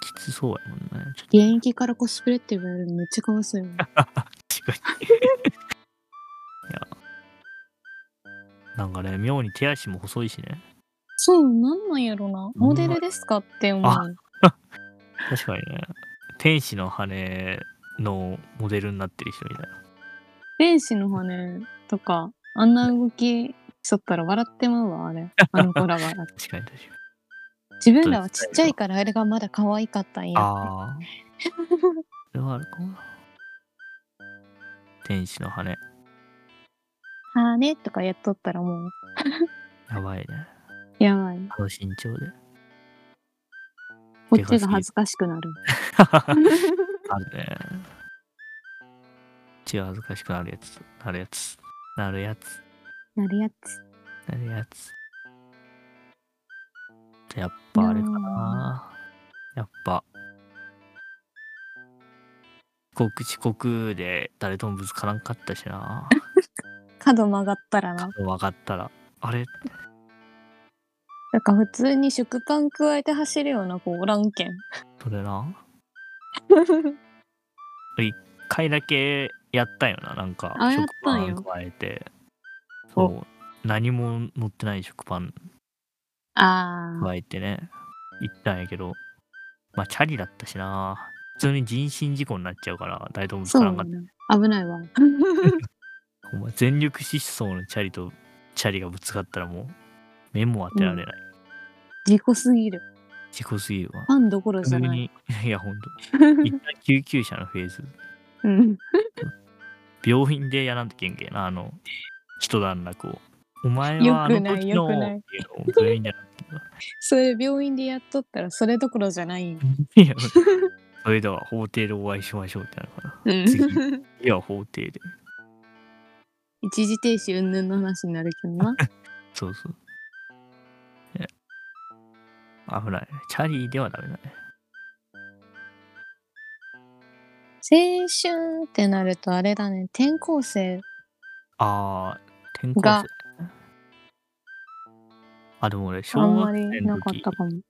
[SPEAKER 1] きつそうやもんね。ちょっと
[SPEAKER 2] 現役からコスプレって言われるのめっちゃかわいそうよ。
[SPEAKER 1] 違う。いや。なんかね、妙に手足も細いしね。
[SPEAKER 2] そう、なんなんやろな。モデルですかって思
[SPEAKER 1] あ
[SPEAKER 2] う。
[SPEAKER 1] 確かにね。天使の羽のモデルになってる人みたいな。
[SPEAKER 2] 天使の羽とか、あんな動きしとったら笑ってまうわ、あれ。あの子ら は。
[SPEAKER 1] 確かに確かに。
[SPEAKER 2] 自分らはちっちゃいからあれがまだ可愛かったんやって。
[SPEAKER 1] ああ。それはあるかもな。天使の羽。
[SPEAKER 2] はーねとかやっとったらもう、
[SPEAKER 1] やばいね。
[SPEAKER 2] やばい。
[SPEAKER 1] あの身長で。
[SPEAKER 2] こっちが恥ずかしくな る。
[SPEAKER 1] あるね。違う恥ずかしくなるやつ。なるやつ。なるやつ。
[SPEAKER 2] なるやつ。
[SPEAKER 1] なるやつ。やっぱあれかな。やっぱ。遅刻遅刻で誰ともぶつからんかったし な。
[SPEAKER 2] 角曲がったらな。
[SPEAKER 1] 分かったら。あれ
[SPEAKER 2] なんか普通に食パン加えて走るような子おら んけん。
[SPEAKER 1] それな。一回だけやったよな。なんか、
[SPEAKER 2] あやったんよ
[SPEAKER 1] 食パン加えて。そう。何も乗ってない食パン
[SPEAKER 2] あー。
[SPEAKER 1] 加えてね、行ったんやけど、まあ、チャリだったしな。普通に人身事故になっちゃうから、誰ともぶつ
[SPEAKER 2] そう
[SPEAKER 1] から
[SPEAKER 2] な
[SPEAKER 1] んかっ
[SPEAKER 2] んだ。危ない わ。
[SPEAKER 1] た。ほんま全力疾走のチャリとチャリがぶつかったらもう、目も当てられない。
[SPEAKER 2] 事故すぎる。
[SPEAKER 1] 事故すぎるわ
[SPEAKER 2] パ。ンどころ
[SPEAKER 1] 普
[SPEAKER 2] じ
[SPEAKER 1] 通
[SPEAKER 2] ゃない。
[SPEAKER 1] に、いや、ほんと。一旦救急車のフェーズ。
[SPEAKER 2] うん。
[SPEAKER 1] 病院でやらんといけんけんな、あの、一段落を。お前
[SPEAKER 2] よ
[SPEAKER 1] はあの
[SPEAKER 2] くない
[SPEAKER 1] 時の
[SPEAKER 2] よくない
[SPEAKER 1] っていうのを病院でやらんといけんわ
[SPEAKER 2] それ病院でやっとったらそれどころじゃないよ。
[SPEAKER 1] いやそれでは法廷でお会いしましょうってなる から。
[SPEAKER 2] うん
[SPEAKER 1] 次いや、法廷で。
[SPEAKER 2] 一時停止云々の話になるけど な。
[SPEAKER 1] そうそう。ね危ない。チャリではダメだね。
[SPEAKER 2] 青春ってなるとあれだね転校生
[SPEAKER 1] ああ、転校
[SPEAKER 2] が
[SPEAKER 1] 生。あ、でも俺、小
[SPEAKER 2] あん
[SPEAKER 1] 学
[SPEAKER 2] まり
[SPEAKER 1] 生
[SPEAKER 2] な
[SPEAKER 1] の
[SPEAKER 2] かっ
[SPEAKER 1] 時、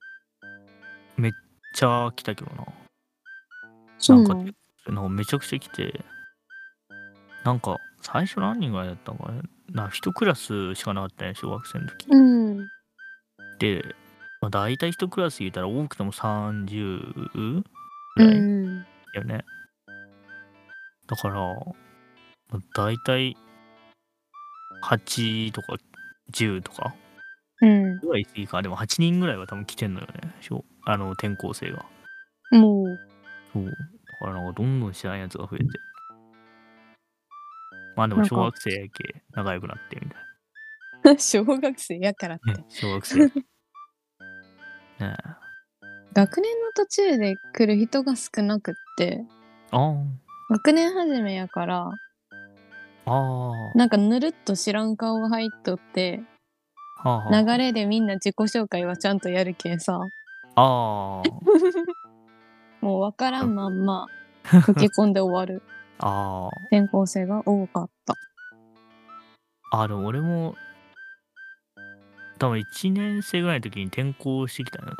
[SPEAKER 1] め
[SPEAKER 2] た
[SPEAKER 1] っ
[SPEAKER 2] かも。
[SPEAKER 1] ちゃ来たけどな。
[SPEAKER 2] そうな
[SPEAKER 1] なん
[SPEAKER 2] の
[SPEAKER 1] なんかめちゃくちゃ来て、なんか最初何人ぐらいだったのかね。な一クラスしかなかったね、小学生の時。
[SPEAKER 2] うん。
[SPEAKER 1] で、まあ、大体一クラス言うたら多くても30
[SPEAKER 2] う
[SPEAKER 1] ぐらい
[SPEAKER 2] ん。
[SPEAKER 1] だよね。だから、まあ、大体8とか10とか
[SPEAKER 2] う
[SPEAKER 1] ぐらいいいか。でも8人ぐらいは多分来てんのよね、小あの転校生が。
[SPEAKER 2] ん。もう。
[SPEAKER 1] そう。だからなんかどんどん知らんやつが増えて。まあでも
[SPEAKER 2] なんか
[SPEAKER 1] 小学生やけ仲良くなってみたい
[SPEAKER 2] 小学生やからって、
[SPEAKER 1] な。 ね、小学生。ねえ。
[SPEAKER 2] 学年の途中で来る人が少なくって
[SPEAKER 1] あ
[SPEAKER 2] 学年始めやから
[SPEAKER 1] あ。あ
[SPEAKER 2] なんかぬるっと知らん顔が入っとって
[SPEAKER 1] あ。はあはあ
[SPEAKER 2] 流れでみんな自己紹介はちゃんとやるけんさ
[SPEAKER 1] ああ。
[SPEAKER 2] もう分からんまん ま溶け込んで終わる
[SPEAKER 1] ああ。
[SPEAKER 2] 転校生が多かった
[SPEAKER 1] あ、でも俺も、多分1年生ぐらいの時に転校してきたよ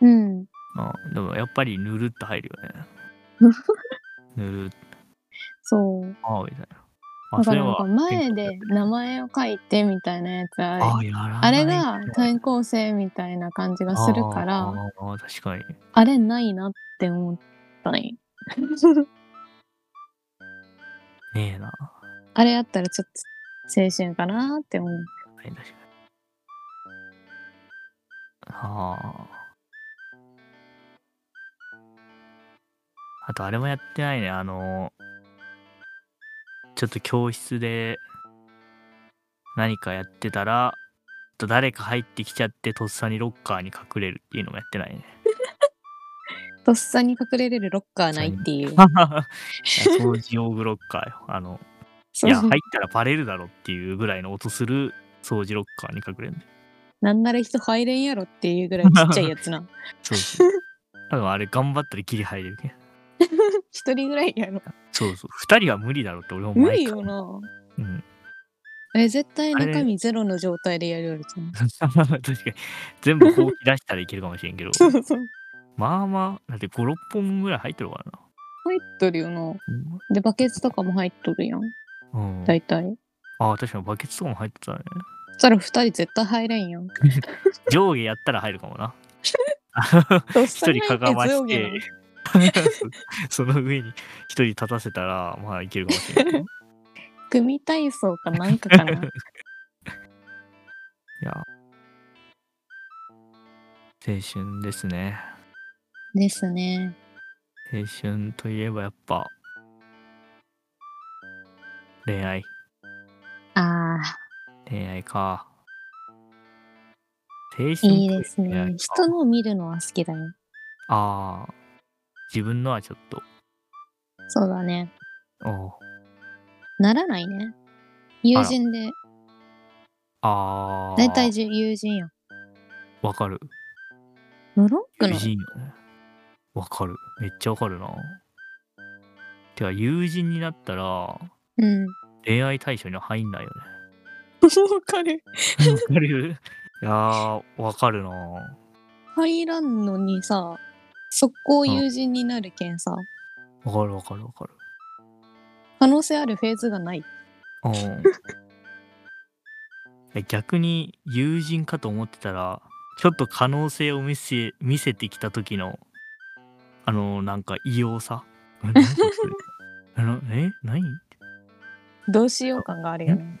[SPEAKER 2] うん
[SPEAKER 1] な。あでもやっぱりぬるっと入るよ ね。ぬるっと、
[SPEAKER 2] そう
[SPEAKER 1] ああみたいな。
[SPEAKER 2] だからなんか
[SPEAKER 1] 転
[SPEAKER 2] 前
[SPEAKER 1] 校
[SPEAKER 2] で名前を書いてみたいなやつある
[SPEAKER 1] ああ、やらない
[SPEAKER 2] あれが転校生みたいな感じがするから
[SPEAKER 1] あーあー、確かに。
[SPEAKER 2] あれないなって思ったね。
[SPEAKER 1] ねえな。
[SPEAKER 2] あれあったらちょっと青春かなって思う。
[SPEAKER 1] 確かに。確かにああ。あと、あれもやってないね。あの、ちょっと教室で何かやってたら、ちょっと誰か入ってきちゃって、とっさにロッカーに隠れるっていうのもやってないね。
[SPEAKER 2] とっさに隠れれるロッカーないっていう。
[SPEAKER 1] 掃除用具ロッカーよ。あの、い
[SPEAKER 2] そう
[SPEAKER 1] や、入ったらバレるだろっていうぐらいの音する掃除ロッカーに隠れる。
[SPEAKER 2] なんなら人入れんやろっていうぐらいちっちゃい やつな。
[SPEAKER 1] そうそう。だからあれ頑張ったらギリ入れるけん。
[SPEAKER 2] 一人ぐらいやろ。
[SPEAKER 1] そうそう。二人は無理だろって俺も
[SPEAKER 2] 無
[SPEAKER 1] 毎
[SPEAKER 2] 理
[SPEAKER 1] 回。
[SPEAKER 2] よな。
[SPEAKER 1] うん。
[SPEAKER 2] え、絶対中身ゼロの状態でやるよりちゃん。
[SPEAKER 1] 確かに。全部放棄出したらいけるかもしれん けど。
[SPEAKER 2] そうそう。
[SPEAKER 1] まあまあ、だって5、6本ぐらい入ってるからな。
[SPEAKER 2] 入っとるよな。で、バケツとかも入っとるやん。
[SPEAKER 1] うん。
[SPEAKER 2] 大体。
[SPEAKER 1] ああ、確かにバケツとかも入ってたね。
[SPEAKER 2] そしたら二人絶対入れんやん。
[SPEAKER 1] 上下やったら入るかもな。
[SPEAKER 2] とっさ
[SPEAKER 1] 一
[SPEAKER 2] に
[SPEAKER 1] 人
[SPEAKER 2] 入
[SPEAKER 1] か
[SPEAKER 2] っ
[SPEAKER 1] が
[SPEAKER 2] て
[SPEAKER 1] ま
[SPEAKER 2] 上
[SPEAKER 1] し
[SPEAKER 2] 下な
[SPEAKER 1] て
[SPEAKER 2] の。
[SPEAKER 1] その上に一人立たせたら、まあいけるかもし れない。い
[SPEAKER 2] 組体操かなん かかな。
[SPEAKER 1] や。青春ですね。
[SPEAKER 2] ですね。
[SPEAKER 1] 青春といえばやっぱ恋愛
[SPEAKER 2] ああ、
[SPEAKER 1] 恋愛か青春と
[SPEAKER 2] いい
[SPEAKER 1] えば
[SPEAKER 2] です
[SPEAKER 1] 恋愛
[SPEAKER 2] ね。
[SPEAKER 1] か
[SPEAKER 2] 人のを見るのは好きだよ。
[SPEAKER 1] ああ自分のはちょっと
[SPEAKER 2] そうだね。
[SPEAKER 1] おう
[SPEAKER 2] ならないね。友人で、
[SPEAKER 1] ああ
[SPEAKER 2] だいたいじ友人よ。
[SPEAKER 1] わかる
[SPEAKER 2] ノロック
[SPEAKER 1] 友
[SPEAKER 2] の。
[SPEAKER 1] 人よねわかるめっちゃわかるなてか友人になったら
[SPEAKER 2] うん。
[SPEAKER 1] 恋愛対象には入んないよね
[SPEAKER 2] わかる。
[SPEAKER 1] わかる いやーわかるな
[SPEAKER 2] 入らんのにさ、速攻友人になるけんさ、
[SPEAKER 1] わかるわかるわかる
[SPEAKER 2] 可能性あるフェーズがない。
[SPEAKER 1] うん。 え逆に友人かと思ってたらちょっと可能性を見せ見せてきた時のあのなんか異様さ えなんかそれあのえ何こ
[SPEAKER 2] どうしよう感があるよ
[SPEAKER 1] っ
[SPEAKER 2] ね。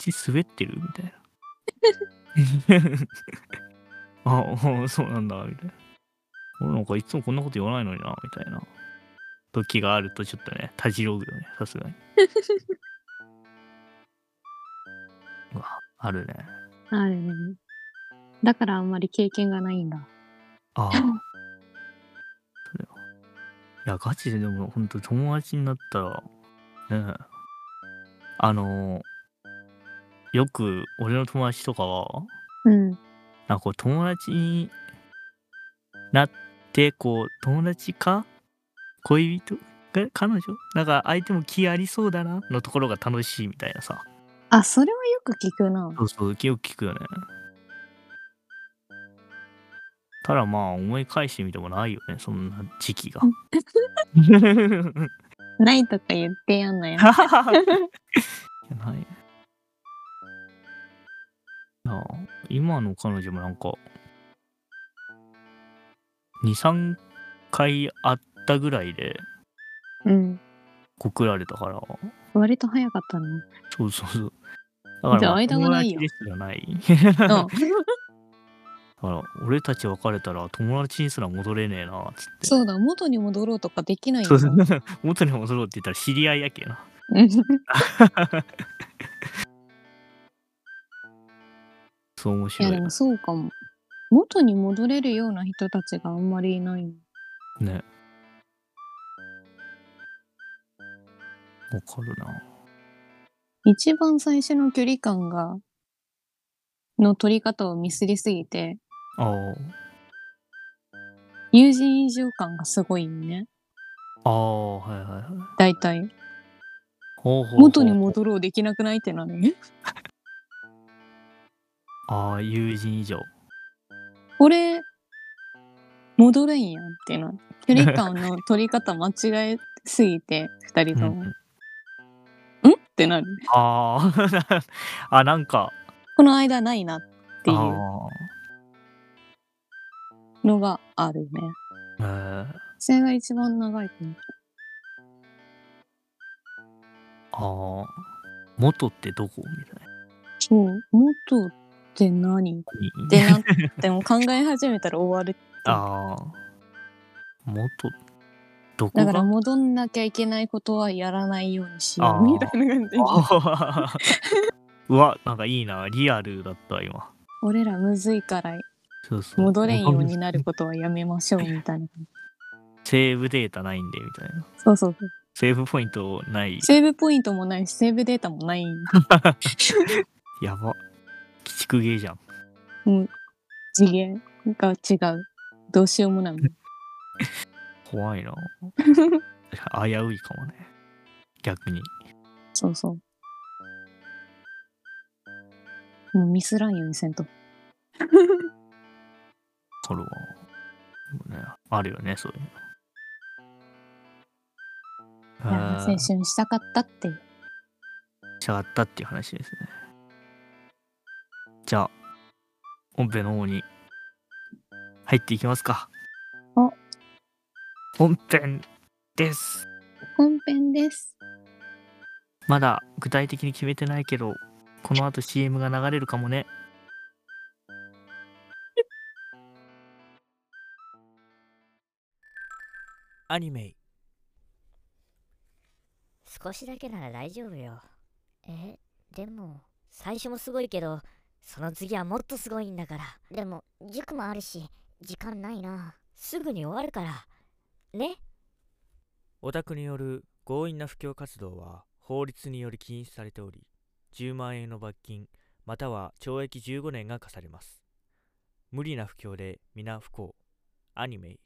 [SPEAKER 1] ち滑ってるみたいな ああそうなんだみたいな俺なんかいつもこんなこと言わないのになみたいな時があるとちょっとね、たじろぐよね、さすがに。うわ、あるね。
[SPEAKER 2] あるね。だからあんまり経験がないんだ。
[SPEAKER 1] ああ。そうだよいや、ガチででも、ほんと友達になったら、ねえあのーよく俺の友達とかは、
[SPEAKER 2] うん。
[SPEAKER 1] なんかこう友達になって、こう、友達か恋人え彼女なんか相手も気ありそうだなのところが楽しいみたいなさ。
[SPEAKER 2] あ、それはよく聞くな。
[SPEAKER 1] そうそう、よく聞くよね。ただまあ、思い返してみてもないよね、そんな時期が。。
[SPEAKER 2] ないとか言ってやん のや
[SPEAKER 1] やばいねいや今の彼女もなんか23回会ったぐらいで
[SPEAKER 2] うん。
[SPEAKER 1] 告られたから
[SPEAKER 2] 割と早かった の。
[SPEAKER 1] そうそうそうだから、
[SPEAKER 2] じゃあ
[SPEAKER 1] まあ、
[SPEAKER 2] 間がないよ
[SPEAKER 1] 友達ですらない
[SPEAKER 2] うん
[SPEAKER 1] だから俺たち別れたら友達にすら戻れねえなっつって
[SPEAKER 2] そうだ、元に戻ろうとかできないんだ
[SPEAKER 1] そうそう 元に戻ろうって言ったら知り合いやけな
[SPEAKER 2] うん
[SPEAKER 1] そう面
[SPEAKER 2] いや
[SPEAKER 1] 白
[SPEAKER 2] で
[SPEAKER 1] い
[SPEAKER 2] もそうかも。元に戻れるような人たちがあんまりいないの。
[SPEAKER 1] ねわかるな
[SPEAKER 2] 一番最初の距離感が、の取り方をミスりすぎて、
[SPEAKER 1] あ
[SPEAKER 2] 友人以上感がすごいよね。
[SPEAKER 1] あああはいはいはい
[SPEAKER 2] 大体。
[SPEAKER 1] ほうほうほう
[SPEAKER 2] 元に戻ろうできなくないってなるね。
[SPEAKER 1] ああ友人以上
[SPEAKER 2] 俺、戻れんやんっていうの。距離感の取り方間違えすぎて、二人とも。
[SPEAKER 1] うんん
[SPEAKER 2] ってなる。
[SPEAKER 1] ああ あなんか
[SPEAKER 2] この間ないなってい
[SPEAKER 1] あ
[SPEAKER 2] うのがあるね。
[SPEAKER 1] ーえー
[SPEAKER 2] それが一番長いかな。
[SPEAKER 1] あー元ってどこみたい
[SPEAKER 2] そう、元って何っ
[SPEAKER 1] な
[SPEAKER 2] てなっても考え始めたら終わる。
[SPEAKER 1] ああ元どこ
[SPEAKER 2] だ
[SPEAKER 1] が
[SPEAKER 2] から戻んなきゃいけないことはやらないようにしよ
[SPEAKER 1] あ
[SPEAKER 2] う
[SPEAKER 1] ー
[SPEAKER 2] みたいな感じ。
[SPEAKER 1] あー うわなんかいいなリアルだった今
[SPEAKER 2] 俺らむずいから
[SPEAKER 1] そうそう
[SPEAKER 2] 戻れんようになることはやめましょうみたいな。
[SPEAKER 1] セーブデータないんでみたいな
[SPEAKER 2] そうそうそう。
[SPEAKER 1] セーブポイントない
[SPEAKER 2] セーブポイントもないし、セーブデータもない。
[SPEAKER 1] やば鬼畜ゲーじゃん
[SPEAKER 2] 次元が違う。どうしようもない。
[SPEAKER 1] 怖いな危ういかもね逆に
[SPEAKER 2] そうそう。もうミスらんようにせんと。
[SPEAKER 1] これは、でもね、あるよねそういうのあ
[SPEAKER 2] いや青
[SPEAKER 1] ー
[SPEAKER 2] 春したかったっていう。
[SPEAKER 1] しゃがったっていう話ですねじゃあ本編の方に入っていきますか
[SPEAKER 2] お
[SPEAKER 1] 本編です
[SPEAKER 2] 本編です。
[SPEAKER 1] まだ具体的に決めてないけどこの後 CM が流れるかもね
[SPEAKER 3] アニメ
[SPEAKER 4] 少しだけなら大丈夫よ。え、でも、最初もすごいけど、その次はもっとすごいんだから。でも、塾もあるし、時間ないな。すぐに終わるから。ね
[SPEAKER 3] オタクによる強引な布教活動は法律により禁止されており10万円の罰金または懲役15年が課されます無理な布教で皆不幸アニメ